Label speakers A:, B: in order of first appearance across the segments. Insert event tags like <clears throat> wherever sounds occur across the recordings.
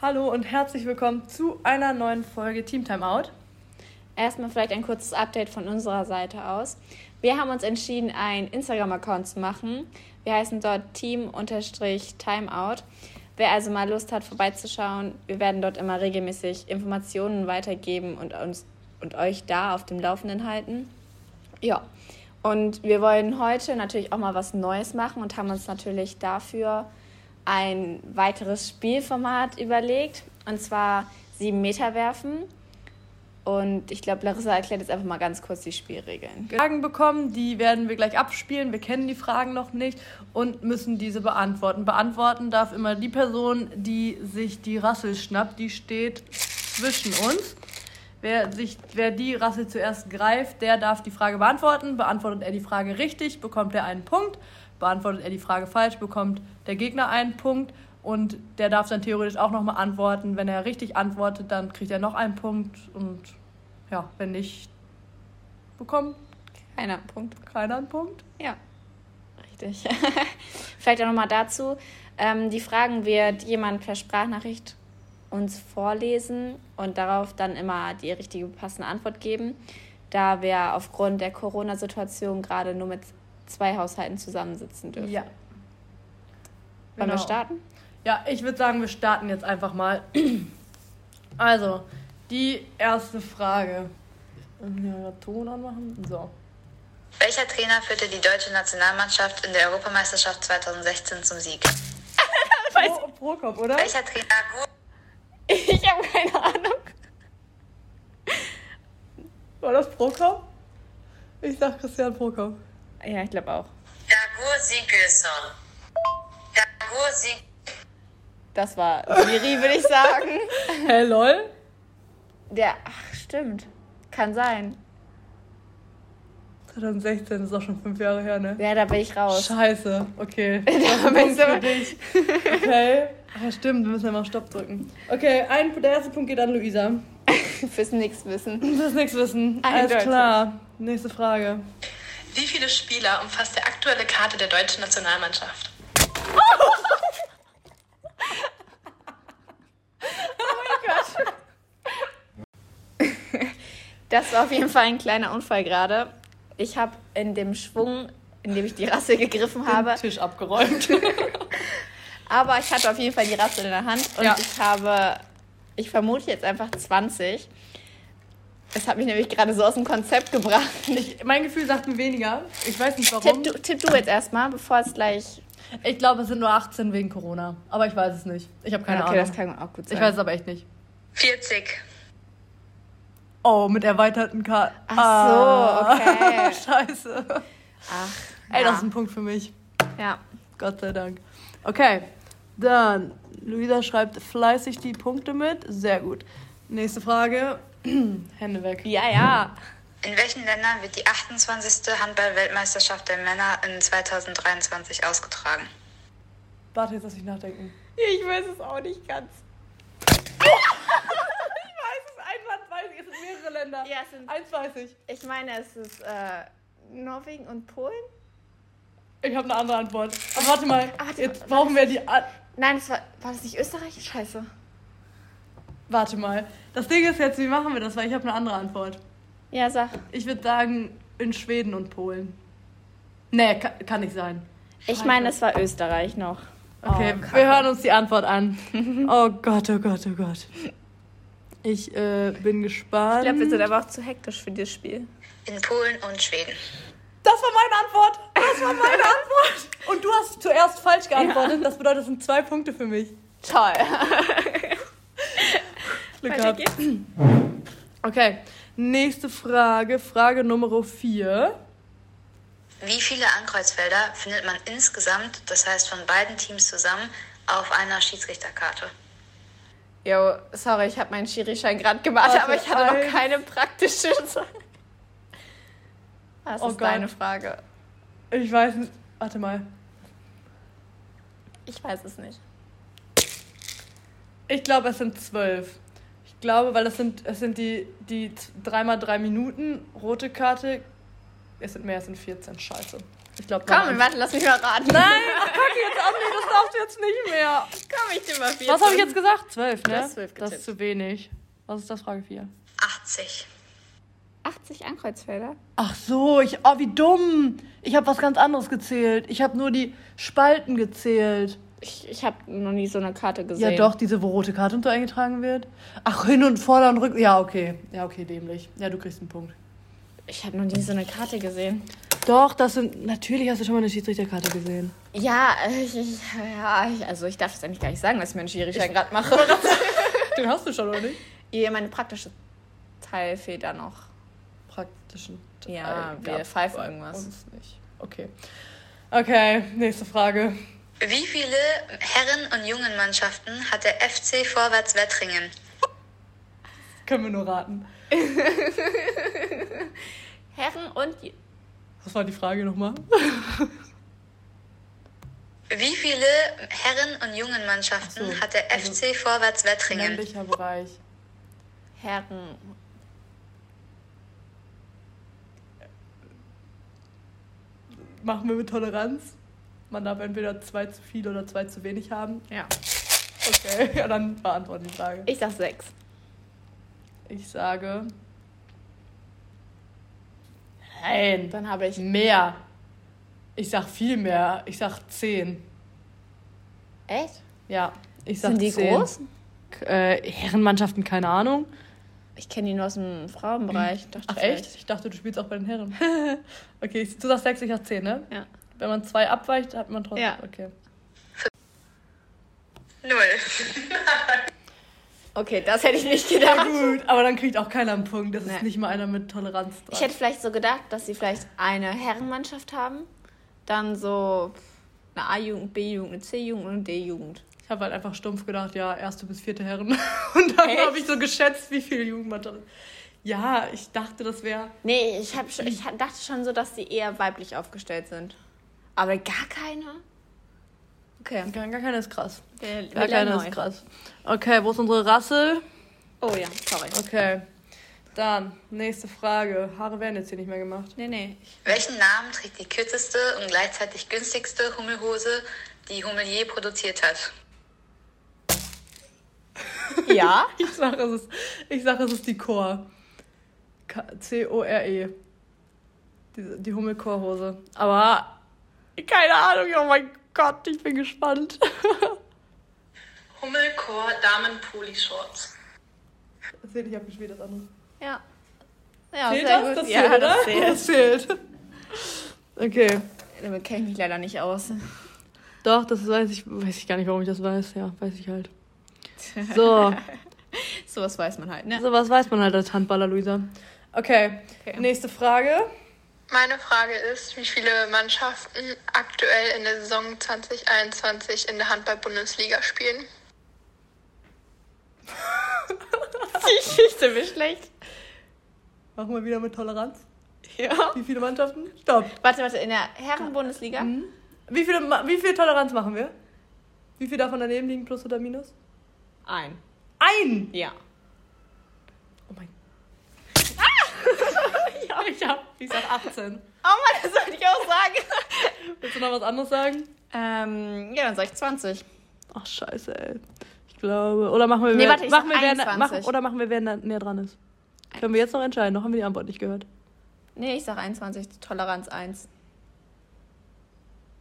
A: Hallo und herzlich willkommen zu einer neuen Folge Team Timeout.
B: Erstmal vielleicht ein kurzes Update von unserer Seite aus. Wir haben uns entschieden, einen Instagram-Account zu machen. Wir heißen dort Team-Timeout. Wer also mal Lust hat, vorbeizuschauen, wir werden dort immer regelmäßig Informationen weitergeben und uns und euch da auf dem Laufenden halten. Ja, und wir wollen heute natürlich auch mal was Neues machen und haben uns natürlich dafür ein weiteres Spielformat überlegt. Und zwar 7 Meter werfen. Und ich glaube, Larissa erklärt jetzt einfach mal ganz kurz die Spielregeln.
A: Fragen bekommen, die werden wir gleich abspielen. Wir kennen die Fragen noch nicht und müssen diese beantworten. Beantworten darf immer die Person, die sich die Rassel schnappt. Die steht zwischen uns. Wer, sich, wer die Rassel zuerst greift, der darf die Frage beantworten. Beantwortet er die Frage richtig, bekommt er einen Punkt. Beantwortet er die Frage falsch, bekommt der Gegner einen Punkt. Und der darf dann theoretisch auch nochmal antworten. Wenn er richtig antwortet, dann kriegt er noch einen Punkt. Und ja, wenn nicht, bekommt
B: Einer Punkt.
A: keiner einen Punkt.
B: Ja, richtig. <laughs> Vielleicht auch nochmal dazu. Ähm, die Fragen wird jemand per Sprachnachricht uns vorlesen und darauf dann immer die richtige passende Antwort geben, da wir aufgrund der Corona-Situation gerade nur mit zwei Haushalten zusammensitzen dürfen.
A: Ja.
B: Wollen
A: Genau.
B: wir starten? <laughs>
A: Ja, ich würde sagen, wir starten jetzt einfach mal. <clears throat> Also, die erste Frage. Ja, Ton anmachen. So.
C: Welcher Trainer führte die deutsche Nationalmannschaft in der Europameisterschaft 2016 zum Sieg?
A: Pro, Prokop, oder?
C: Welcher Trainer wurde
B: Ich habe keine Ahnung.
A: War das Prokop? Ich sag Christian Prokop.
B: Ja, ich glaube auch.
C: Dagur Sigurdsson? Dagur Sig
B: Das war Siri, würde ich sagen.
A: Hey, lol.
B: Der, ach, stimmt. Kann sein.
A: 2016 ist auch schon fünf Jahre her, ne?
B: Ja, da bin ich raus.
A: Scheiße.
B: <laughs>
A: Okay.
B: Da bist du- <laughs>
A: Okay. Ah, stimmt, wir müssen einfach Stopp drücken. Okay, ein, der erste Punkt geht an Luisa.
B: Fürs Nix-Wissen.
A: Das nichts wissen. Alles
B: Eindeutig.
A: klar. Nächste Frage.
D: Wie viele Spieler umfasst der aktuelle Kader der deutschen Nationalmannschaft?
B: Das war auf jeden Fall ein kleiner Unfall gerade. Ich habe in dem Schwung, in dem ich die Rassel gegriffen habe,
A: Tisch
B: <laughs>
A: abgeräumt.
B: aber ich hatte auf jeden Fall die Rassel in der Hand und
A: Ja.
B: ich habe, ich vermute jetzt einfach 20. Es hat mich nämlich gerade so aus dem Konzept gebracht.
A: Ich, mein Gefühl sagt mir weniger. Ich weiß nicht warum.
B: Tipp du, tipp du jetzt erstmal, bevor es gleich.
A: Ich glaube, es sind nur 18 wegen Corona. Aber ich weiß es nicht. Ich habe keine
B: okay, das
A: Ahnung.
B: kann auch gut sein.
A: Ich weiß es aber echt nicht.
C: 40.
A: Oh, mit erweiterten Karten.
B: Ach so, okay.
A: <laughs> Scheiße.
B: Ach,
A: Ey,
B: ja.
A: das ist ein Punkt für mich.
B: ja.
A: Gott sei Dank. Okay, dann. Luisa schreibt fleißig die Punkte mit. Sehr gut. Nächste Frage. <clears throat> Hände weg.
B: Ja, ja.
C: In welchen Ländern wird die 28. Handball-Weltmeisterschaft der Männer in 2023 ausgetragen?
A: Warte, jetzt lass mich nachdenken.
B: Ich weiß es auch nicht ganz.
A: Ich weiß es einwandfrei. Es sind mehrere Länder.
B: Ja, es sind,
A: Eins weiß ich.
B: ich meine, es ist äh, Norwegen und Polen.
A: Ich habe eine andere Antwort. Aber warte mal.
B: Ah, Warte,
A: Jetzt
B: warte.
A: brauchen wir die. A
B: Nein, das war, war das nicht Österreich? Scheiße.
A: Warte mal. Das Ding ist jetzt, wie machen wir das? Weil ich habe eine andere Antwort.
B: Ja, sag.
A: Ich würde sagen, in Schweden und Polen. Nee, kann, kann nicht sein.
B: Ich meine, es war Österreich noch.
A: Okay,
B: Oh, Kacke.
A: wir hören uns die Antwort
B: <laughs>
A: an. Oh Gott, oh Gott, oh Gott. Ich äh, bin gespannt.
B: Ich glaube, wir sind aber auch zu hektisch für dieses Spiel.
C: In Polen und Schweden.
A: das war meine Antwort. Das war meine Antwort. Und du hast zuerst falsch geantwortet. Das bedeutet, es sind zwei Punkte für mich.
B: Toll.
A: Glück gehabt. Okay, nächste Frage. Frage Nummer 4.
C: Wie viele Ankreuzfelder findet man insgesamt, das heißt von beiden Teams zusammen, auf einer Schiedsrichterkarte?
B: Jo, sorry, ich habe meinen Schiri-Schein gerade gemacht,
A: Warte, halt.
B: aber ich hatte noch
A: eins.
B: keine praktische. Das
A: Oh
B: ist
A: Gott.
B: deine Frage.
A: Ich weiß nicht. Warte mal.
B: Ich weiß es nicht.
A: Ich glaube, es sind zwölf. Ich glaube, weil das sind, es sind die, die z- dreimal drei Minuten, rote Karte. Es sind mehr, es sind 14. Scheiße. Ich glaube,
B: Komm, warte, lass mich mal raten.
A: Nein, ach, kacke, jetzt auch nicht, das darfst du jetzt nicht mehr.
B: Komm, ich nehme mal vier.
A: Was habe ich jetzt gesagt? Zwölf, ne?
B: Du hast zwölf
A: das ist
B: getippt.
A: zu wenig. Was ist das, Frage 4?
C: 80.
B: 80 Ankreuzfelder.
A: Ach so, ich, oh, wie dumm. Ich habe was ganz anderes gezählt. Ich habe nur die Spalten gezählt.
B: Ich, ich habe noch nie so eine Karte gesehen.
A: Ja, doch, diese, wo rote Karte unter eingetragen wird. Ach, hin und vorder und rück. Ja, okay. Ja, okay, dämlich. Ja, du kriegst einen Punkt.
B: Ich habe noch nie so eine Karte gesehen.
A: Doch, das sind. Natürlich hast du schon mal eine Schiedsrichterkarte gesehen.
B: Ja, ich, ich, ja ich, also ich darf jetzt eigentlich gar nicht sagen, dass ich mir einen Schiri gerade mache. <laughs>
A: Den hast du schon, oder nicht?
B: Ihr, mein praktischer Teil fehlt da noch.
A: Praktischen. Teil
B: Ja, wir
A: gab's
B: pfeifen
A: bei
B: irgendwas.
A: Uns nicht. Okay. Okay, nächste Frage.
C: Wie viele Herren- und Jungenmannschaften hat der FC Vorwärts Wettringen?
A: Können wir nur raten.
B: Herren und... Ju-
A: Was war die Frage nochmal?
C: Wie viele Herren- und Jungenmannschaften
A: Ach so,
C: hat der
A: also
C: FC Vorwärts Wettringen?
A: Männlicher Bereich.
B: Herren...
A: Machen wir mit Toleranz. Man darf entweder zwei zu viel oder zwei zu wenig haben.
B: Ja.
A: Okay, <laughs> ja, dann beantworten die Frage.
B: Ich sag sechs.
A: Ich sage. Nein,
B: Dann habe ich...
A: mehr. Ich sag viel mehr. Ich sag 10.
B: Echt?
A: Ja, ich sag
B: Sind die
A: 10.
B: groß?
A: Äh, Herrenmannschaften, keine Ahnung.
B: Ich kenne die nur aus dem Frauenbereich. Ich dachte,
A: Ach,
B: vielleicht-
A: echt? Ich dachte, du spielst auch bei den
B: <laughs>
A: Herren. okay, ich- du sagst 6, ich sag 10, ne?
B: Ja.
A: Wenn man zwei abweicht, hat man trotzdem.
B: Ja.
A: Okay.
C: Null.
B: Okay, das hätte ich <laughs> nicht gedacht.
A: Gut, aber dann kriegt auch keiner einen Punkt. Das ist
B: Nee.
A: nicht mal einer mit Toleranz dran.
B: Ich hätte vielleicht so gedacht, dass sie vielleicht eine Herrenmannschaft haben, dann so eine A-Jugend, B-Jugend, eine C-Jugend und eine D-Jugend.
A: Ich habe halt einfach stumpf gedacht, ja, erste bis vierte Herren. <laughs> Und dann
B: Echt?
A: habe ich so geschätzt, wie viele Jugendmannschaften. Ja, ich dachte, das wäre.
B: Nee, ich, hab schon, ich dachte schon so, dass sie eher weiblich aufgestellt sind. Aber gar keine? Okay.
A: Gar, gar keiner ist krass.
B: Wir,
A: Gar
B: Äh, wir lernen
A: keiner
B: neu.
A: ist krass. Okay, wo ist unsere Rasse?
B: Oh ja, sorry.
A: Okay. Dann, nächste Frage. Haare werden jetzt hier nicht mehr gemacht.
B: Nee, nee.
C: Welchen Namen trägt die kürzeste und gleichzeitig günstigste Hummelhose, die Hummelier produziert hat?
B: Ja?
A: <laughs> Ich sage, es ist, ich sag, es ist die Chor. K- C-O-R-E. E. Die, die Hummelchorhose. Aber keine Ahnung, oh mein Gott, ich bin gespannt.
D: Hummelchor Damen Poli Shorts.
A: Das seht ich abgespielt, das andere.
B: <laughs> Ja. Ja,
A: Zählt
B: sehr
A: das?
B: gut.
A: Das
B: ja,
A: zählt,
B: das
A: oder?
B: zählt.
A: Das zählt. Okay.
B: <laughs> Damit kenne ich mich leider nicht aus.
A: Doch, das weiß ich. Weiß ich gar nicht, warum ich das weiß. Ja, weiß ich halt.
B: <laughs>
A: So,
B: Sowas weiß man halt, <laughs> ne?
A: so was weiß man halt als Handballer, Luisa. Okay,
B: Okay.
A: nächste Frage.
E: Meine Frage ist, wie viele Mannschaften aktuell in der Saison 2021 in der Handball-Bundesliga spielen?
B: Die Geschichte wird schlecht.
A: Machen wir wieder mit Toleranz.
B: Ja. Mhm.
A: Wie viele Mannschaften? Stopp. Hm?
B: Warte, warte, in der Herren-Bundesliga?
A: Wie, viele, Ma- wie viel Toleranz machen wir? Wie viel davon daneben liegen, plus oder minus?
B: Ein.
A: Ein!
B: Ja.
A: Oh mein Ah! ja, ich hab. Ich sag 18.
B: Oh Mann, das sollte ich auch sagen.
A: Willst du noch was anderes sagen?
B: <laughs> ähm, ja, dann sag ich 20.
A: Ach, scheiße, ey. Ich glaube. Oder machen wir,
B: Nee,
A: wer-
B: warte, ich
A: machen wir
B: sag
A: wer, na-
B: 21.
A: machen, Oder machen wir, wer na- näher dran ist. Können wir jetzt noch entscheiden, noch haben wir die Antwort nicht gehört.
B: Nee, ich sag 21, Toleranz 1.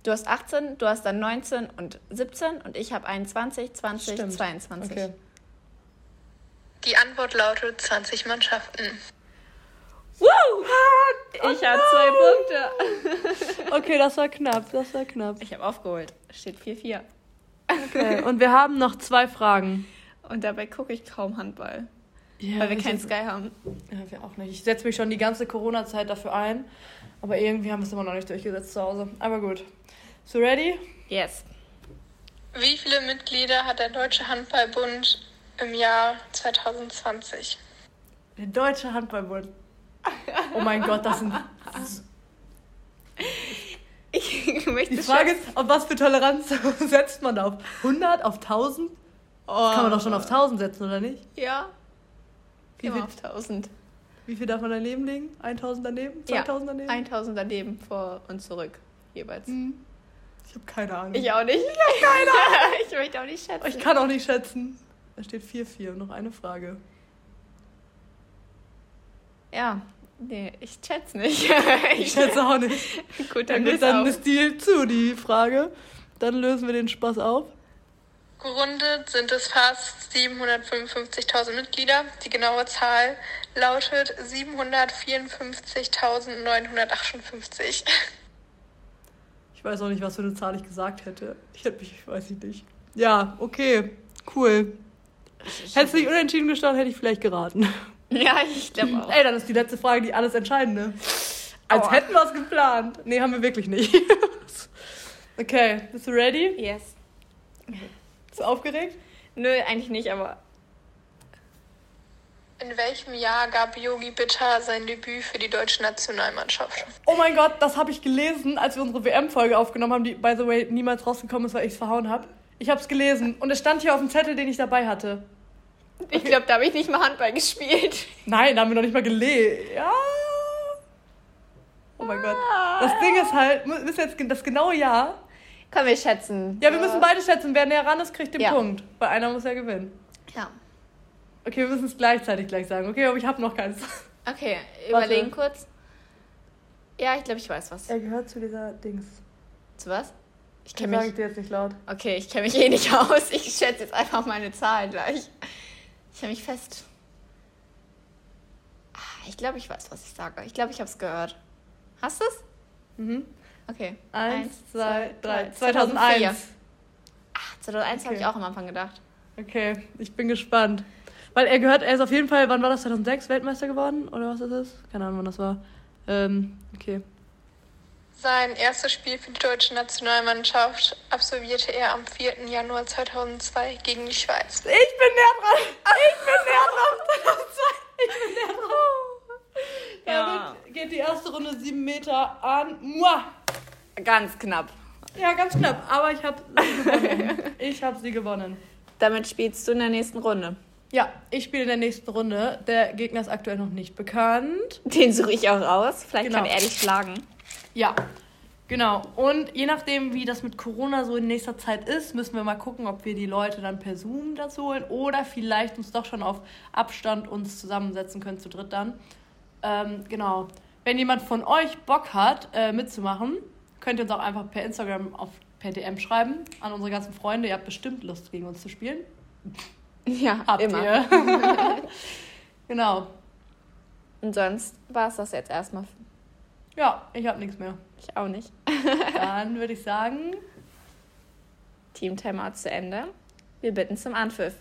B: Du hast 18, du hast dann 19 und 17 und ich habe 21, 20,
A: Stimmt.
B: 22.
E: Die Antwort lautet 20 Mannschaften.
B: Ich habe zwei Punkte.
A: Okay, das war knapp, das war knapp.
B: Ich habe aufgeholt. Steht 4-4.
A: Okay. Und wir haben noch zwei Fragen.
B: Und dabei gucke ich kaum Handball,
A: Ja,
B: weil wir keinen Sky haben.
A: Ja, wir auch nicht. Ich setze mich schon die ganze Corona-Zeit dafür ein. Aber irgendwie haben wir es immer noch nicht durchgesetzt zu Hause. Aber gut. So ready?
B: Yes.
E: Wie viele Mitglieder hat der Deutsche Handballbund im Jahr 2020?
A: Der Deutsche Handballbund. Oh mein Gott, das sind.
B: Ich <laughs>
A: <laughs>
B: möchte
A: Die Frage ist, auf was für Toleranz <laughs> setzt man da? Auf 100? Auf 1000? Das kann man doch schon auf 1000 setzen, oder nicht?
B: Oh. Ja.
A: Wie
B: Immer
A: viel-
B: auf 1000.
A: Wie viel darf man daneben legen? 1000 daneben?
B: Ja,
A: 2000 daneben?
B: 1000 daneben vor und zurück. jeweils.
A: Hm. Ich habe keine Ahnung.
B: Ich auch nicht. Ich habe keine Ahnung. <laughs> ich möchte auch nicht schätzen.
A: Ich kann auch nicht schätzen. Da steht 4-4. Noch eine
B: <laughs>
A: Frage.
B: Ja, nee, ich schätze nicht.
A: <laughs> Ich schätze auch nicht.
B: <laughs> Gut,
A: Dann,
B: dann, dann,
A: ist, dann ist die zu, die Frage. Dann lösen wir den Spaß auf.
E: Gerundet sind es fast 755.000 Mitglieder. Die genaue Zahl lautet 754.958.
A: Ich weiß auch nicht, was für eine Zahl ich gesagt hätte. Ich hätte mich, weiß ich nicht. Ja, okay. Cool. Hättest du dich unentschieden gestanden, hätte ich vielleicht geraten.
B: Ja, ich glaube auch.
A: Ey, dann ist die letzte Frage die alles entscheidende. Als
B: Aua.
A: hätten wir es geplant. Nee, haben wir wirklich nicht. <laughs> okay, bist du ready?
B: Yes.
A: Bist du aufgeregt?
B: Nö, eigentlich nicht, aber
E: In welchem Jahr gab Yogi Bitter sein Debüt für die deutsche Nationalmannschaft?
A: Oh mein Gott, das habe ich gelesen, als wir unsere WM-Folge aufgenommen haben, die, by the way, niemals rausgekommen ist, weil ich es verhauen habe. Ich habe es gelesen und es stand hier auf dem Zettel, den ich dabei hatte.
B: ich glaube, da habe ich nicht mal Handball gespielt.
A: Nein, da haben wir noch nicht mal gelesen. Ja. Oh mein Gott. Das Ding ist halt, wir müssen jetzt das genaue Jahr.
B: Komm, wir schätzen.
A: Ja, wir müssen beide schätzen. Wer näher ran ist, kriegt den
B: Ja.
A: Punkt. Bei einer muss ja gewinnen.
B: Ja.
A: Okay, wir müssen es gleichzeitig gleich sagen. Okay, aber ich habe noch keins.
B: Okay,
A: Warte.
B: überlegen kurz. Ja, ich glaube, ich weiß was.
A: Er gehört zu dieser Dings.
B: Zu was? Ich
A: Das
B: kenne
A: sage ich
B: mich.
A: dir jetzt nicht laut.
B: Okay, ich kenne mich eh nicht <laughs> aus. Ich schätze jetzt einfach meine Zahlen gleich. Ich habe mich fest. Ah, Ich glaube, ich weiß, was ich sage. Ich glaube, ich habe es gehört. Hast du es?
A: <laughs> Mhm.
B: Okay.
A: Eins, zwei, drei.
B: 2004.
A: 2001.
B: Ah, 2001 habe
A: Okay.
B: ich auch am Anfang gedacht.
A: Okay, ich bin gespannt. Weil er gehört, er ist auf jeden Fall, wann war das? 2006 Weltmeister geworden? Oder was ist es? Keine Ahnung, wann das war. Ähm, okay.
E: Sein erstes Spiel für die deutsche Nationalmannschaft absolvierte er am 4. Januar 2002 gegen die Schweiz.
A: Ich bin näher dran. Ich bin näher
B: <laughs>
A: dran. Ich bin näher dran.
B: Ja.
A: Damit geht die erste Runde sieben Meter an. Mua.
B: Ganz knapp.
A: Ja, ganz knapp. Aber ich habe sie <laughs> gewonnen. Ich habe sie gewonnen.
B: Damit spielst du in der nächsten Runde. <laughs>
A: Ja, ich spiele in der nächsten Runde. Der Gegner ist aktuell noch nicht bekannt.
B: Den suche ich auch raus. Vielleicht
A: Genau.
B: kann er dich schlagen.
A: Ja, genau. Und je nachdem, wie das mit Corona so in nächster Zeit ist, müssen wir mal gucken, ob wir die Leute dann per Zoom dazu holen oder vielleicht uns doch schon auf Abstand uns zusammensetzen können zu dritt dann. Ähm, genau. Wenn jemand von euch Bock hat, äh, mitzumachen, könnt ihr uns auch einfach per Instagram auf per DM schreiben an unsere ganzen Freunde. Ihr habt bestimmt Lust, gegen uns zu spielen.
B: <laughs> Ja,
A: Habt
B: immer.
A: ihr. <laughs> genau.
B: Und sonst war es das jetzt erstmal.
A: Ja, ich habe nichts mehr.
B: Ich auch nicht.
A: Dann würde ich sagen,
B: Team Timeout zu Ende. Wir bitten zum Anpfiff.